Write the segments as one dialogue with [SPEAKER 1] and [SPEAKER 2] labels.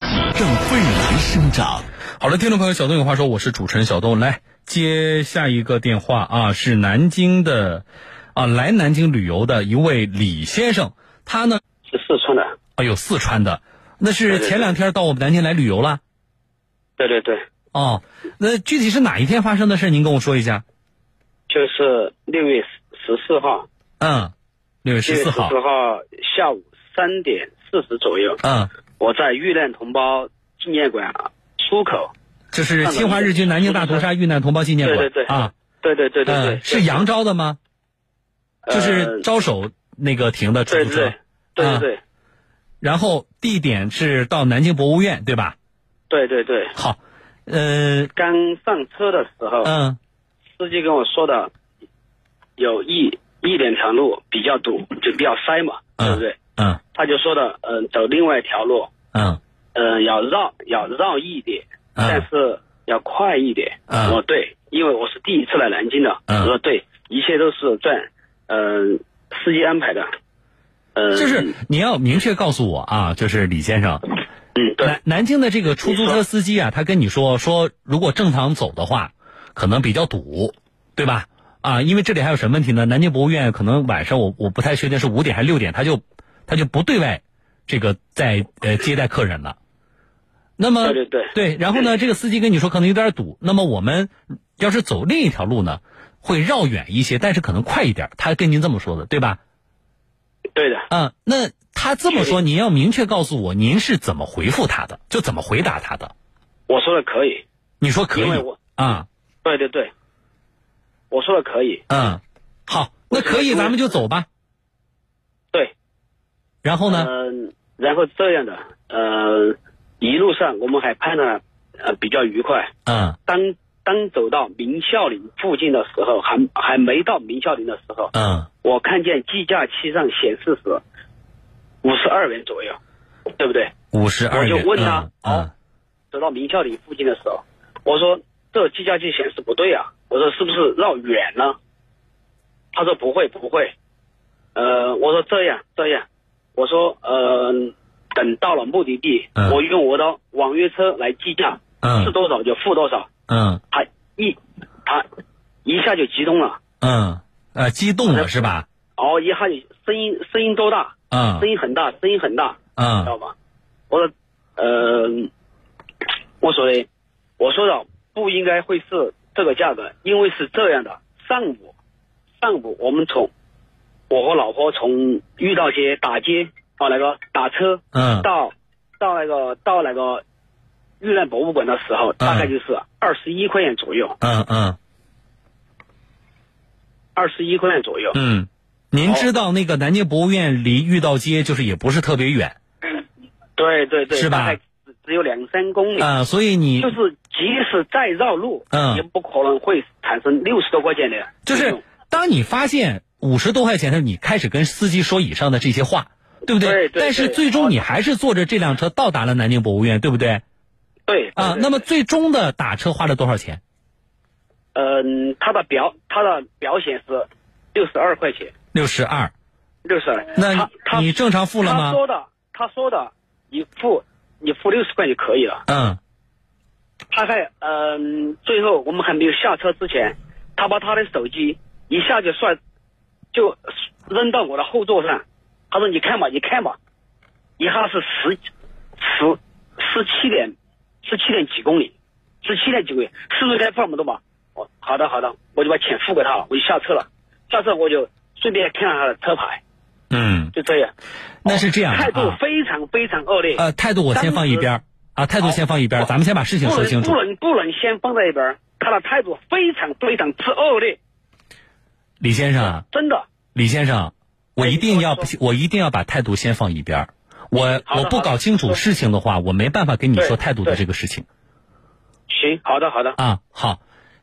[SPEAKER 1] 正蔚然生长。
[SPEAKER 2] 好了，听众朋友，小东有话说，我是主持人小东，来接下一个电话啊，是南京的，啊，来南京旅游的一位李先生，他呢，
[SPEAKER 3] 是四川的，
[SPEAKER 2] 啊，有四川的，那是
[SPEAKER 3] 对对
[SPEAKER 2] 前两天到我们南京来旅游了，
[SPEAKER 3] 对对对，
[SPEAKER 2] 哦，那具体是哪一天发生的事儿？您跟我说一下。
[SPEAKER 3] 就是六月十四号，
[SPEAKER 2] 嗯，六月
[SPEAKER 3] 六
[SPEAKER 2] 十
[SPEAKER 3] 月
[SPEAKER 2] 四
[SPEAKER 3] 十
[SPEAKER 2] 号，
[SPEAKER 3] 四号下午三点四十左右，
[SPEAKER 2] 嗯，
[SPEAKER 3] 我在遇难同胞纪念馆啊出口，
[SPEAKER 2] 这是侵华日军南京大屠杀遇难同胞纪念馆
[SPEAKER 3] 对对对
[SPEAKER 2] 啊，
[SPEAKER 3] 对对对对对，
[SPEAKER 2] 嗯，是扬州的吗？
[SPEAKER 3] 呃，
[SPEAKER 2] 就是招手那个停的出
[SPEAKER 3] 对
[SPEAKER 2] 租
[SPEAKER 3] 对
[SPEAKER 2] 车
[SPEAKER 3] 对，对
[SPEAKER 2] 啊
[SPEAKER 3] 对
[SPEAKER 2] 然后地点是到南京博物院，对吧？
[SPEAKER 3] 对对对，
[SPEAKER 2] 好，呃，
[SPEAKER 3] 刚上车的时候，
[SPEAKER 2] 嗯，
[SPEAKER 3] 司机跟我说的，有一一两条路比较堵，就比较塞嘛，
[SPEAKER 2] 嗯
[SPEAKER 3] 对不对？
[SPEAKER 2] 嗯，
[SPEAKER 3] 他就说的，嗯、走另外一条路，
[SPEAKER 2] 嗯，
[SPEAKER 3] 嗯、要绕要绕一点，
[SPEAKER 2] 嗯
[SPEAKER 3] 但是要快一点。
[SPEAKER 2] 嗯
[SPEAKER 3] 我说对，因为我是第一次来南京的，
[SPEAKER 2] 嗯
[SPEAKER 3] 我说对，一切都是在嗯、司机安排的，嗯、
[SPEAKER 2] 就是你要明确告诉我啊，就是李先生，
[SPEAKER 3] 嗯对
[SPEAKER 2] 南南京的这个出租车司机啊，他跟你说说，如果正常走的话，可能比较堵，对吧？啊，因为这里还有什么问题呢？南京博物院可能晚上我我不太确定是五点还是六点，他就他就不对外这个在呃接待客人了。那么
[SPEAKER 3] 对对 对
[SPEAKER 2] 然后呢，这个司机跟你说可能有点堵，那么我们要是走另一条路呢，会绕远一些，但是可能快一点。他跟您这么说的，对吧？
[SPEAKER 3] 对的，
[SPEAKER 2] 嗯，那他这么说，
[SPEAKER 3] 是
[SPEAKER 2] 您要明确告诉我您是怎么回复他的，就怎么回答他的。
[SPEAKER 3] 我说的可以，
[SPEAKER 2] 你说可以
[SPEAKER 3] 因为我
[SPEAKER 2] 啊？
[SPEAKER 3] 对对对，我说的可以，
[SPEAKER 2] 嗯，好，那可以，
[SPEAKER 3] 我
[SPEAKER 2] 咱们就走吧。
[SPEAKER 3] 对，
[SPEAKER 2] 然后呢？
[SPEAKER 3] 嗯、然后这样的，呃，一路上我们还拍了呃比较愉快。
[SPEAKER 2] 嗯
[SPEAKER 3] 当当走到明孝陵附近的时候，还还没到明孝陵的时候，
[SPEAKER 2] 嗯，
[SPEAKER 3] 我看见计价器上显示是五十二元左右，对不对？
[SPEAKER 2] 五十二
[SPEAKER 3] 我就
[SPEAKER 2] 元。
[SPEAKER 3] 问他
[SPEAKER 2] 嗯
[SPEAKER 3] 哦走到明孝陵附近的时候，我说这计价器显示不对啊，我说是不是绕远了？他说不会不会，呃，我说这样这样，我说呃，等到了目的地，
[SPEAKER 2] 嗯
[SPEAKER 3] 我用我的网约车来计价，
[SPEAKER 2] 嗯
[SPEAKER 3] 是多少就付多少。
[SPEAKER 2] 嗯
[SPEAKER 3] 他一他一下就激动了，
[SPEAKER 2] 嗯嗯，呃，激动了是吧？
[SPEAKER 3] 哦，一下就声音声音多大？
[SPEAKER 2] 嗯
[SPEAKER 3] 声音很大，声音很大，知
[SPEAKER 2] 嗯
[SPEAKER 3] 道吗？我说，呃，我说的，我说的不应该会是这个价格，因为是这样的，上午上午我们从我和老婆从遇到街打街啊那个打车
[SPEAKER 2] 嗯
[SPEAKER 3] 到到那个到那个遇难博物馆的时候，大概就是二十一块钱左右，
[SPEAKER 2] 嗯嗯
[SPEAKER 3] 二十一块钱左右。
[SPEAKER 2] 嗯，您
[SPEAKER 3] 好
[SPEAKER 2] 知道那个南京博物院离御道街就是也不是特别远
[SPEAKER 3] 对对对，
[SPEAKER 2] 是吧
[SPEAKER 3] 大概只只有两三公里，
[SPEAKER 2] 啊，所以你
[SPEAKER 3] 就是即使再绕路，
[SPEAKER 2] 嗯
[SPEAKER 3] 也不可能会产生六十多块钱的
[SPEAKER 2] 就
[SPEAKER 3] 费
[SPEAKER 2] 是
[SPEAKER 3] 用。
[SPEAKER 2] 当你发现五十多块钱的时候，你开始跟司机说以上的这些话，对不对？
[SPEAKER 3] 对对
[SPEAKER 2] 但是
[SPEAKER 3] 对
[SPEAKER 2] 最终你还是坐着这辆车到达了南京博物院，对不对？
[SPEAKER 3] 对
[SPEAKER 2] 啊，那么最终的打车花了多少钱？
[SPEAKER 3] 嗯、它的表它的表显示六十二块钱，
[SPEAKER 2] 六十二。
[SPEAKER 3] 六十二。
[SPEAKER 2] 那
[SPEAKER 3] 他他
[SPEAKER 2] 你正常付了
[SPEAKER 3] 他
[SPEAKER 2] 吗？
[SPEAKER 3] 说的他说的，你付你付六十块就可以了。
[SPEAKER 2] 嗯
[SPEAKER 3] 他还嗯、最后我们还没有下车之前，他把他的手机一下就摔，就扔到我的后座上。他说：“你看吧，你看吧。”一下是十十十七点，十七点几公里，十七点几公里，是不是该放我们的吧？哦，好的好的，我就把钱付给他了，我就下车了。下车我就顺便看了他的车牌，
[SPEAKER 2] 嗯，
[SPEAKER 3] 就这样。
[SPEAKER 2] 那是这样
[SPEAKER 3] 态
[SPEAKER 2] 的
[SPEAKER 3] 度
[SPEAKER 2] 啊。
[SPEAKER 3] 非常非常恶劣。
[SPEAKER 2] 呃，态度我先放一边儿啊，态度先放一边儿，
[SPEAKER 3] 好
[SPEAKER 2] 咱们先把事情
[SPEAKER 3] 不
[SPEAKER 2] 说
[SPEAKER 3] 能
[SPEAKER 2] 清楚
[SPEAKER 3] 不。能不能先放在一边儿，他的态度非常非常之恶劣，
[SPEAKER 2] 李先生啊，
[SPEAKER 3] 真的。
[SPEAKER 2] 李先生，我
[SPEAKER 3] 哎
[SPEAKER 2] 一
[SPEAKER 3] 你
[SPEAKER 2] 定
[SPEAKER 3] 说
[SPEAKER 2] 要
[SPEAKER 3] 你说
[SPEAKER 2] 我一定要把态度先放一边儿。我
[SPEAKER 3] 好的
[SPEAKER 2] 我不
[SPEAKER 3] 好的
[SPEAKER 2] 搞清楚
[SPEAKER 3] 说
[SPEAKER 2] 事情的话，我没办法跟你
[SPEAKER 3] 对
[SPEAKER 2] 说态度的
[SPEAKER 3] 对
[SPEAKER 2] 这个事情。
[SPEAKER 3] 行，好的好的，
[SPEAKER 2] 啊，好，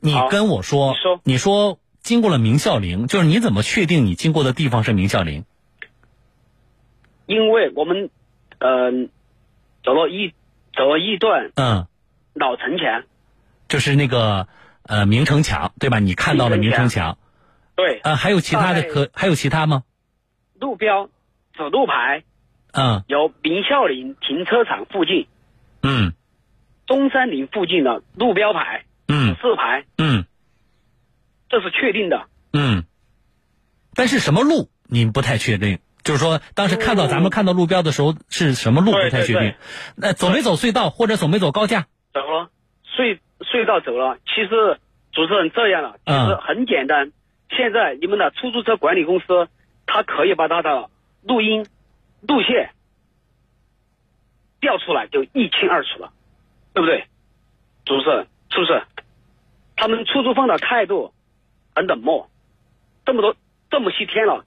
[SPEAKER 2] 你
[SPEAKER 3] 好
[SPEAKER 2] 跟我说
[SPEAKER 3] 你，说
[SPEAKER 2] 你说经过了明孝陵，就是你怎么确定你经过的地方是明孝陵？
[SPEAKER 3] 因为我们，嗯、走了一走了一段
[SPEAKER 2] 嗯，
[SPEAKER 3] 老城墙，
[SPEAKER 2] 就是那个呃明城墙，对吧？你看到了明
[SPEAKER 3] 明
[SPEAKER 2] 城
[SPEAKER 3] 城墙哦
[SPEAKER 2] 墙，
[SPEAKER 3] 对，
[SPEAKER 2] 呃，还有其他的
[SPEAKER 3] 大概
[SPEAKER 2] 可还有其他吗？
[SPEAKER 3] 路标、指路牌
[SPEAKER 2] 嗯
[SPEAKER 3] 有明孝陵停车场附近，
[SPEAKER 2] 嗯
[SPEAKER 4] 中山陵附近的路标牌、指
[SPEAKER 2] 嗯
[SPEAKER 4] 示牌，
[SPEAKER 2] 嗯
[SPEAKER 4] 这是确定的。
[SPEAKER 2] 嗯，但是什么路您不太确定，就是说当时看到咱们看到路标的时候是什么路不太
[SPEAKER 4] 嗯对
[SPEAKER 2] 确
[SPEAKER 4] 对
[SPEAKER 2] 定
[SPEAKER 4] 对，
[SPEAKER 2] 那走没走隧道或者走没走高架？
[SPEAKER 4] 走了，隧隧道走了。其实主持人这样了，其实
[SPEAKER 2] 嗯
[SPEAKER 4] 很简单。现在你们的出租车管理公司，它可以把它的录音、路线调出来，就一清二楚了，对不对？主持人是不是？他们出租方的态度很冷漠，这么多这么些天了，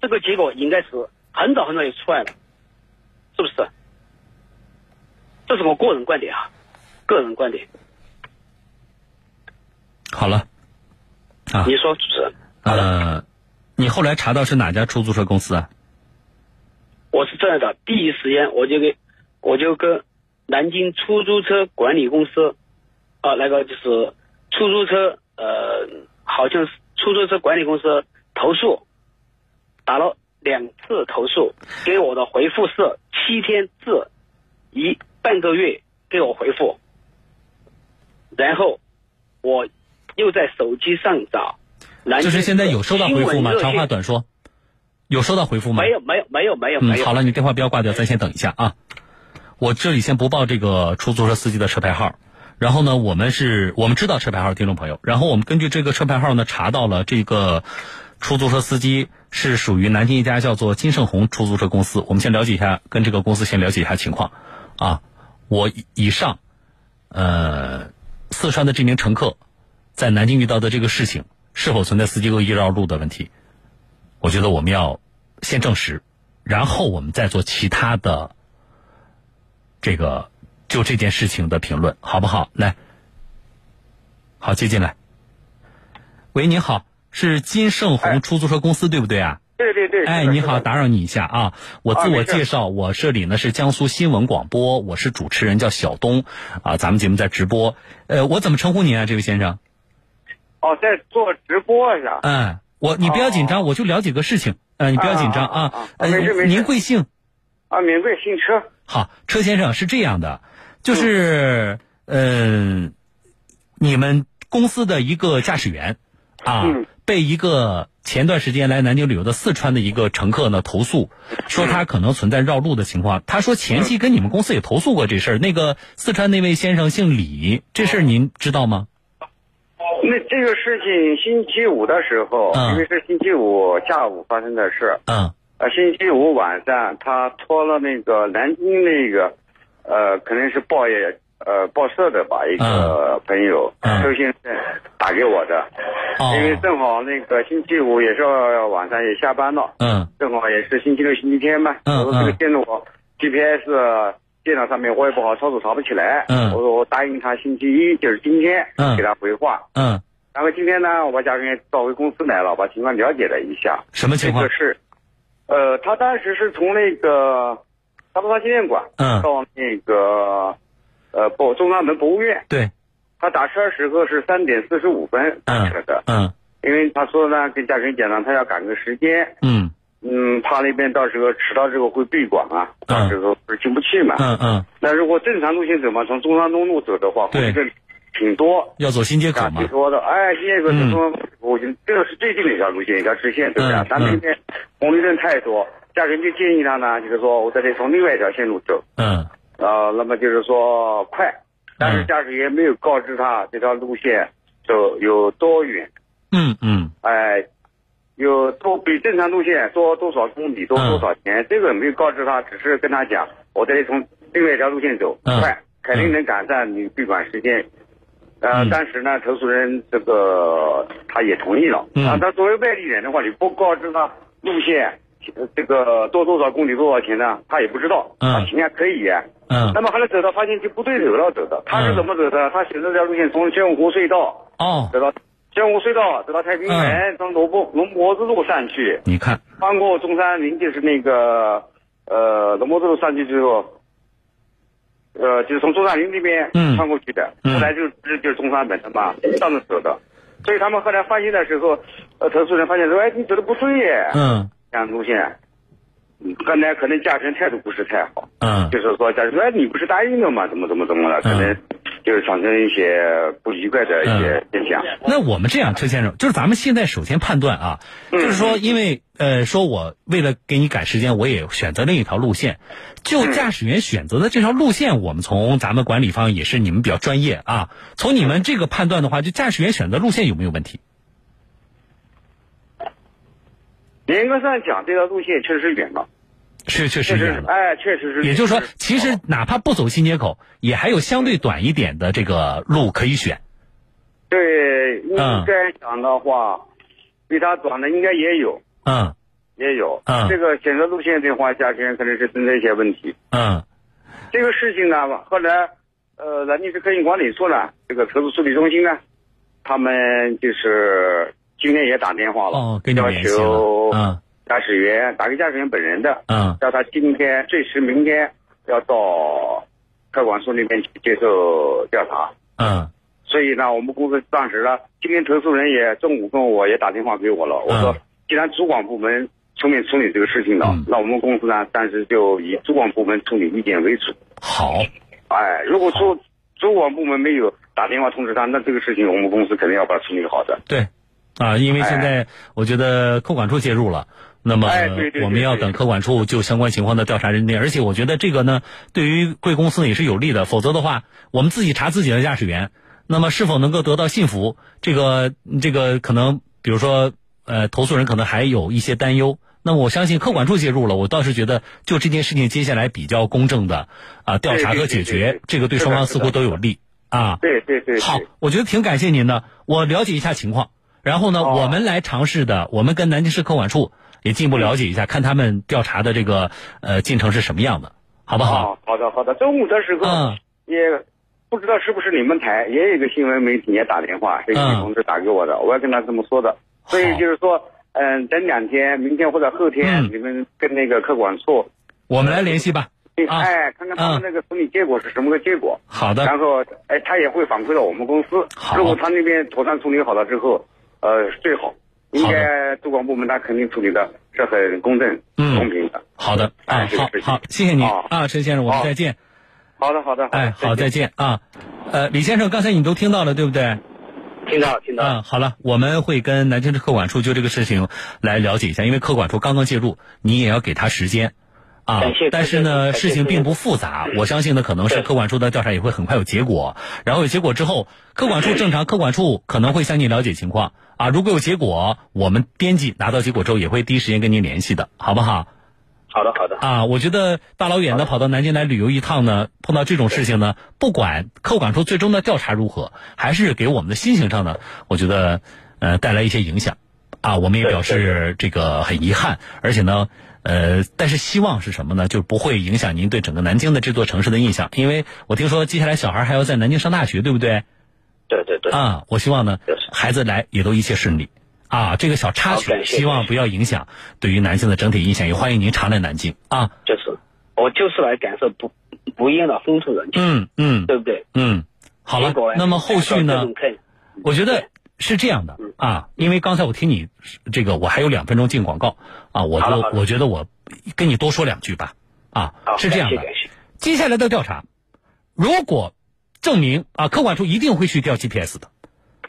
[SPEAKER 4] 这个结果应该是很早很早就出来了，是不是？这是我个人观点啊，个人观点。
[SPEAKER 2] 好了，啊
[SPEAKER 4] 你说主持人，好的，
[SPEAKER 2] 呃，你后来查到是哪家出租车公司啊？
[SPEAKER 4] 我是这样的，第一时间我就给我就跟南京出租车管理公司啊、那个就是出租车呃，好像是出租车管理公司投诉，打了两次投诉，给我的回复是七天至一半个月给我回复，然后我又在手机上找南京
[SPEAKER 2] 就
[SPEAKER 4] 市
[SPEAKER 2] 是现在有收到回复
[SPEAKER 4] 新闻
[SPEAKER 2] 吗？
[SPEAKER 4] 热线
[SPEAKER 2] 长话短说，有收到回复吗？
[SPEAKER 4] 没有没有没有没有没
[SPEAKER 2] 嗯，
[SPEAKER 4] 有。
[SPEAKER 2] 好了，你电话不要挂掉，咱先等一下啊。我这里先不报这个出租车司机的车牌号，然后呢，我们是我们知道车牌号，听众朋友，然后我们根据这个车牌号呢，查到了这个出租车司机是属于南京一家叫做金盛虹出租车公司，我们先了解一下，跟这个公司先了解一下情况啊。我以以上，呃，四川的这名乘客在南京遇到的这个事情，是否存在司机恶意绕路的问题？我觉得我们要先证实，然后我们再做其他的这个就这件事情的评论，好不好？来，好，接进来。喂，你好，是金盛虹出租车公司对不对啊？
[SPEAKER 3] 对对哎对。
[SPEAKER 2] 哎，
[SPEAKER 3] 是的
[SPEAKER 2] 你好，
[SPEAKER 3] 是的
[SPEAKER 2] 打扰你一下啊，我自
[SPEAKER 3] 啊
[SPEAKER 2] 我
[SPEAKER 3] 没事
[SPEAKER 2] 介绍，我这里呢是江苏新闻广播，我是主持人，叫小东，啊，咱们节目在直播，呃，我怎么称呼您啊，这位先生？
[SPEAKER 3] 哦，在做直播是吧？
[SPEAKER 2] 嗯，我你不要紧张，我就聊几个事情，嗯、你不要紧张
[SPEAKER 3] 哦啊啊啊
[SPEAKER 2] 呃，
[SPEAKER 3] 没事没事
[SPEAKER 2] 您贵姓？
[SPEAKER 3] 啊，免贵新车。
[SPEAKER 2] 好，车先生是这样的，
[SPEAKER 3] 嗯
[SPEAKER 2] 就是嗯、你们公司的一个驾驶员啊，
[SPEAKER 3] 嗯
[SPEAKER 2] 被一个前段时间来南京旅游的四川的一个乘客呢投诉，
[SPEAKER 3] 嗯
[SPEAKER 2] 说他可能存在绕路的情况。他说前期跟你们公司也投诉过这事儿，那个四川那位先生姓李，这事儿您知道吗？
[SPEAKER 3] 那这个事情星期五的时候，
[SPEAKER 2] 嗯
[SPEAKER 3] 因为是星期五下午发生的事，
[SPEAKER 2] 嗯
[SPEAKER 3] 呃，星期五晚上他托了那个南京那个，呃，可能是报业呃报社的吧，一个朋友、
[SPEAKER 2] 嗯
[SPEAKER 3] 周先生打给我的，
[SPEAKER 2] 哦
[SPEAKER 3] 因为正好那个星期五也是晚上也下班了，
[SPEAKER 2] 嗯
[SPEAKER 3] 正好也是星期六、星期天嘛。
[SPEAKER 2] 嗯
[SPEAKER 3] 我说这个
[SPEAKER 2] 嗯
[SPEAKER 3] 线路 GPS 电脑上面我也不好操作，查不起来。
[SPEAKER 2] 嗯
[SPEAKER 3] 我说我答应他星期一，就是今天，
[SPEAKER 2] 嗯
[SPEAKER 3] 给他回话。
[SPEAKER 2] 嗯，
[SPEAKER 3] 然后今天呢，我把甲人召回公司来了，把情况了解了一下。
[SPEAKER 2] 什么
[SPEAKER 3] 这
[SPEAKER 2] 情况
[SPEAKER 3] 个？是，呃，他当时是从那个大屠杀纪念馆，
[SPEAKER 2] 嗯
[SPEAKER 3] 到那个呃博中山门博物院，
[SPEAKER 2] 对，
[SPEAKER 3] 他打车时候是三点四十五分打
[SPEAKER 2] 嗯
[SPEAKER 3] 车的，
[SPEAKER 2] 嗯
[SPEAKER 3] 因为他说呢，跟家人讲呢，他要赶个时间，
[SPEAKER 2] 嗯
[SPEAKER 3] 嗯，怕那边到时候迟到之后会闭馆啊，
[SPEAKER 2] 嗯
[SPEAKER 3] 到时候不是进不去嘛。
[SPEAKER 2] 嗯嗯，
[SPEAKER 3] 那如果正常路线走嘛，从中山东路走的话，
[SPEAKER 2] 对
[SPEAKER 3] 红绿灯挺多。
[SPEAKER 2] 要走新街口
[SPEAKER 3] 啊，
[SPEAKER 2] 嘛
[SPEAKER 3] 据？说的，哎，今天个
[SPEAKER 2] 嗯
[SPEAKER 3] 中山，我觉得这个是最近的一条路线，一条支线，对不
[SPEAKER 2] 嗯
[SPEAKER 3] 对啊？但那边红绿灯太多，家人就建议他呢，就是说我在这从另外一条线路走，
[SPEAKER 2] 嗯
[SPEAKER 3] 呃，那么就是说快，但是
[SPEAKER 2] 嗯
[SPEAKER 3] 驾驶员没有告知他这条路线走有多远，
[SPEAKER 2] 嗯嗯
[SPEAKER 3] 哎，有多比正常路线多多少公里，多
[SPEAKER 2] 嗯
[SPEAKER 3] 多少钱，这个没有告知他，只是跟他讲，我这里从另外一条路线走，
[SPEAKER 2] 嗯
[SPEAKER 3] 快，肯定能赶上你闭馆时间。呃，
[SPEAKER 2] 嗯
[SPEAKER 3] 当时呢，投诉人这个他也同意了。
[SPEAKER 2] 嗯
[SPEAKER 3] 啊，他作为外地人的话，你不告知他路线，呃这个多多少公里多少钱呢？他也不知道。
[SPEAKER 2] 嗯
[SPEAKER 3] 啊，行啊，可以啊。
[SPEAKER 2] 嗯
[SPEAKER 3] 那，么后来走到发现就不对路了，走的。他是
[SPEAKER 2] 嗯
[SPEAKER 3] 怎么走的？他选择这条路线从宣武湖隧道
[SPEAKER 2] 哦，
[SPEAKER 3] 走到江湖隧道，走到太平
[SPEAKER 2] 嗯
[SPEAKER 3] 门，从罗布龙脖子路上去，
[SPEAKER 2] 你看，
[SPEAKER 3] 翻过中山陵，就是那个呃龙脖子路上去之后，呃，就是从中山陵那边
[SPEAKER 2] 嗯
[SPEAKER 3] 穿过去的，
[SPEAKER 2] 嗯
[SPEAKER 3] 后来就就就是中山门的嘛，上着走的。所以他们后来发现的时候，呃，投诉人发现说，哎，你走的不对耶，
[SPEAKER 2] 嗯。
[SPEAKER 3] 这样路线。刚才可能驾驶人态度不是太好，
[SPEAKER 2] 嗯
[SPEAKER 3] 就是说驾驶说哎你不是答应了吗？怎么怎么怎么了？可能就是产生一些不愉快的一
[SPEAKER 2] 嗯
[SPEAKER 3] 些现象。
[SPEAKER 2] 那我们这样，邱先生，就是咱们现在首先判断啊，
[SPEAKER 3] 嗯
[SPEAKER 2] 就是说，因为呃，说我为了给你赶时间，我也选择另一条路线。就驾驶员选择的这条路线，我们从咱们管理方也是你们比较专业啊，从你们这个判断的话，就驾驶员选择路线有没有问题？
[SPEAKER 3] 严格上讲，这条路线确实远了，
[SPEAKER 2] 是确
[SPEAKER 3] 确
[SPEAKER 2] 实
[SPEAKER 3] 实
[SPEAKER 2] 远，了。
[SPEAKER 3] 哎，确实是。
[SPEAKER 2] 也就是说，其实哪怕不走新街口，也还有相对短一点的这个路可以选。
[SPEAKER 3] 对，
[SPEAKER 2] 嗯
[SPEAKER 3] 应该讲的话，比它短的应该也有，
[SPEAKER 2] 嗯
[SPEAKER 3] 也有。
[SPEAKER 2] 嗯
[SPEAKER 3] 这个选择路线的话，驾驶员可能是存在一些问题。
[SPEAKER 2] 嗯
[SPEAKER 3] 这个事情呢，后来，呃，南京市客运管理处呢，这个投诉处理中心呢，他们就是今天也打电话了，
[SPEAKER 2] 哦，跟你
[SPEAKER 3] 要
[SPEAKER 2] 联系
[SPEAKER 3] 求
[SPEAKER 2] 了。嗯
[SPEAKER 3] 驾驶员打给驾驶员本人的，
[SPEAKER 2] 嗯
[SPEAKER 3] 让他今天最迟明天要到客管处那边去接受调查。
[SPEAKER 2] 嗯
[SPEAKER 3] 所以呢，我们公司当时呢，今天投诉人也中午跟我也打电话给我了，我说
[SPEAKER 2] 嗯
[SPEAKER 3] 既然主管部门出面处理这个事情了，
[SPEAKER 2] 嗯
[SPEAKER 3] 那我们公司呢，暂时就以主管部门处理意见为主。
[SPEAKER 2] 好。
[SPEAKER 3] 哎，如果说主管部门没有打电话通知他，那这个事情我们公司肯定要把它处理好的。
[SPEAKER 2] 对，啊，因为现在我觉得客管处介入了。那么
[SPEAKER 3] 哎对对对
[SPEAKER 2] 我们要等客管处就相关情况的调查认定，而且我觉得这个呢，对于贵公司也是有利的。否则的话，我们自己查自己的驾驶员，那么是否能够得到信服，这个这个可能，比如说呃，投诉人可能还有一些担忧。那么我相信客管处介入了，我倒是觉得就这件事情接下来比较公正的啊调查和解
[SPEAKER 3] 对对对对
[SPEAKER 2] 决
[SPEAKER 3] 对，
[SPEAKER 2] 这个对
[SPEAKER 3] 是的
[SPEAKER 2] 双方
[SPEAKER 3] 是
[SPEAKER 2] 似
[SPEAKER 3] 的
[SPEAKER 2] 乎都有利啊。
[SPEAKER 3] 对对对对，
[SPEAKER 2] 好，我觉得挺感谢您的，我了解一下情况，然后呢，
[SPEAKER 3] 哦
[SPEAKER 2] 我们来尝试的，我们跟南京市客管处也进一步了解一下，看他们调查的这个呃进程是什么样的，好不好？
[SPEAKER 3] 哦好的好的。中午的时候、
[SPEAKER 2] 嗯
[SPEAKER 3] 也不知道是不是你们台也有一个新闻媒体也打电话，是一
[SPEAKER 2] 嗯
[SPEAKER 3] 个同志打给我的，我也跟他这么说的。所以
[SPEAKER 2] 好
[SPEAKER 3] 就是说，嗯、等两天，明天或者后天，
[SPEAKER 2] 嗯
[SPEAKER 3] 你们跟那个客管处，
[SPEAKER 2] 我们来联系吧。啊
[SPEAKER 3] 哎，看看他
[SPEAKER 2] 嗯
[SPEAKER 3] 们那个处理结果是什么个结果。
[SPEAKER 2] 好的，
[SPEAKER 3] 然后，哎，他也会反馈到我们公司。
[SPEAKER 2] 好
[SPEAKER 3] 如果他那边妥善处理好了之后，呃，最好。应该主管部门他肯定处理的是很公正、
[SPEAKER 2] 嗯
[SPEAKER 3] 公平的。
[SPEAKER 2] 好的啊
[SPEAKER 3] 哎，这个
[SPEAKER 2] 好
[SPEAKER 3] 事情
[SPEAKER 2] 好，谢谢您
[SPEAKER 3] 哦
[SPEAKER 2] 啊，陈先生，我们
[SPEAKER 3] 好
[SPEAKER 2] 再见。
[SPEAKER 3] 好的，好的，
[SPEAKER 2] 哎，好，再见啊。呃，李先生，刚才你都听到了，对不对？
[SPEAKER 5] 听到听到，
[SPEAKER 2] 嗯，好了，我们会跟南京市客管处就这个事情来了解一下，因为客管处刚刚介入，你也要给他时间啊
[SPEAKER 5] 感谢。
[SPEAKER 2] 但是
[SPEAKER 5] 感
[SPEAKER 2] 呢，
[SPEAKER 5] 谢
[SPEAKER 2] 事情并不复杂，我相信呢，可能是
[SPEAKER 5] 对
[SPEAKER 2] 客管处的调查也会很快有结果。然后有结果之后，客管处正常，客管处可能会向你了解情况啊。如果有结果，我们编辑拿到结果之后也会第一时间跟您联系的，好不好？
[SPEAKER 5] 好的好的，
[SPEAKER 2] 啊，我觉得大老远的跑到南京来旅游一趟呢，碰到这种事情呢，不管客管处最终的调查如何，还是给我们的心情上呢，我觉得呃带来一些影响。啊，我们也表示这个很遗憾，而且呢，呃，但是希望是什么呢？就是不会影响您对整个南京的这座城市的印象，因为我听说接下来小孩还要在南京上大学，对不对？
[SPEAKER 5] 对对对，
[SPEAKER 2] 啊，我希望呢
[SPEAKER 5] 是，
[SPEAKER 2] 孩子来也都一切顺利。啊，这个小插
[SPEAKER 5] 好
[SPEAKER 2] 曲，
[SPEAKER 5] 感谢
[SPEAKER 2] 希望不要影响对于南京的整体印象，也欢迎您常来南京啊。
[SPEAKER 5] 就是我就是来感受不不一样的风土人情，
[SPEAKER 2] 嗯嗯
[SPEAKER 5] 对不对？
[SPEAKER 2] 嗯，好了
[SPEAKER 5] 结果，呢
[SPEAKER 2] 那么后续
[SPEAKER 5] 感
[SPEAKER 2] 呢
[SPEAKER 5] 受这？种客人
[SPEAKER 2] 我觉得是这样的
[SPEAKER 5] 嗯
[SPEAKER 2] 啊，因为刚才我听你这个，我还有两分钟进广告啊，我
[SPEAKER 5] 好的好
[SPEAKER 2] 就
[SPEAKER 5] 的
[SPEAKER 2] 我觉得我跟你多说两句吧啊
[SPEAKER 5] 好，，
[SPEAKER 2] 是这样的
[SPEAKER 5] 感，谢感谢
[SPEAKER 2] 接下来的调查，如果证明啊，客管处一定会去调 GPS 的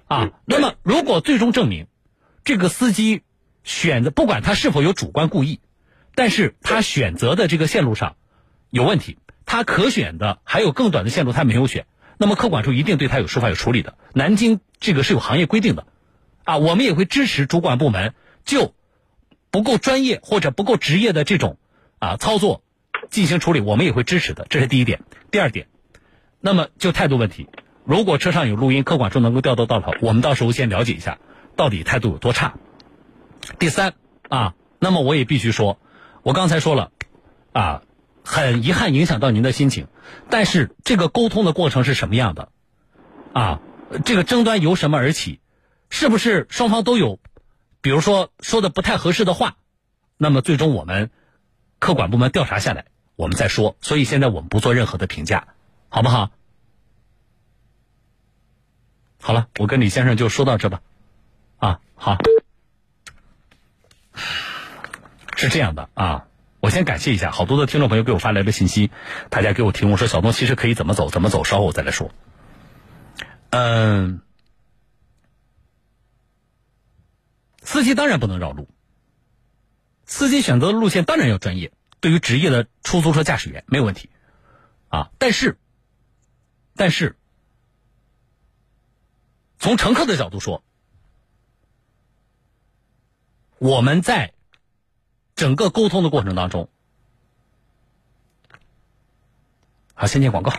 [SPEAKER 2] 啊，那么如果最终证明这个司机选择，不管他是否有主观故意，但是他选择的这个线路上有问题，他可选的还有更短的线路他没有选，那么客管处一定对他有说法有处理的。南京这个是有行业规定的，啊，我们也会支持主管部门就不够专业或者不够职业的这种啊操作进行处理，我们也会支持的。这是第一点。第二点，那么就态度问题，如果车上有录音，客管处能够调度到的话，我们到时候先了解一下到底态度有多差。第三啊，那么我也必须说，我刚才说了啊，很遗憾影响到您的心情，但是这个沟通的过程是什么样的啊？这个争端由什么而起？是不是双方都有，比如说说的不太合适的话，那么最终我们客管部门调查下来，我们再说。所以现在我们不做任何的评价，好不好？好了，我跟李先生就说到这吧。啊，好，是这样的啊，我先感谢一下，好多的听众朋友给我发来的信息，大家给我提供说小东其实可以怎么走怎么走，稍后我再来说。嗯，司机当然不能绕路，司机选择的路线当然要专业，对于职业的出租车驾驶员没有问题啊。但是，但是从乘客的角度说，我们在整个沟通的过程当中，好，先进广告。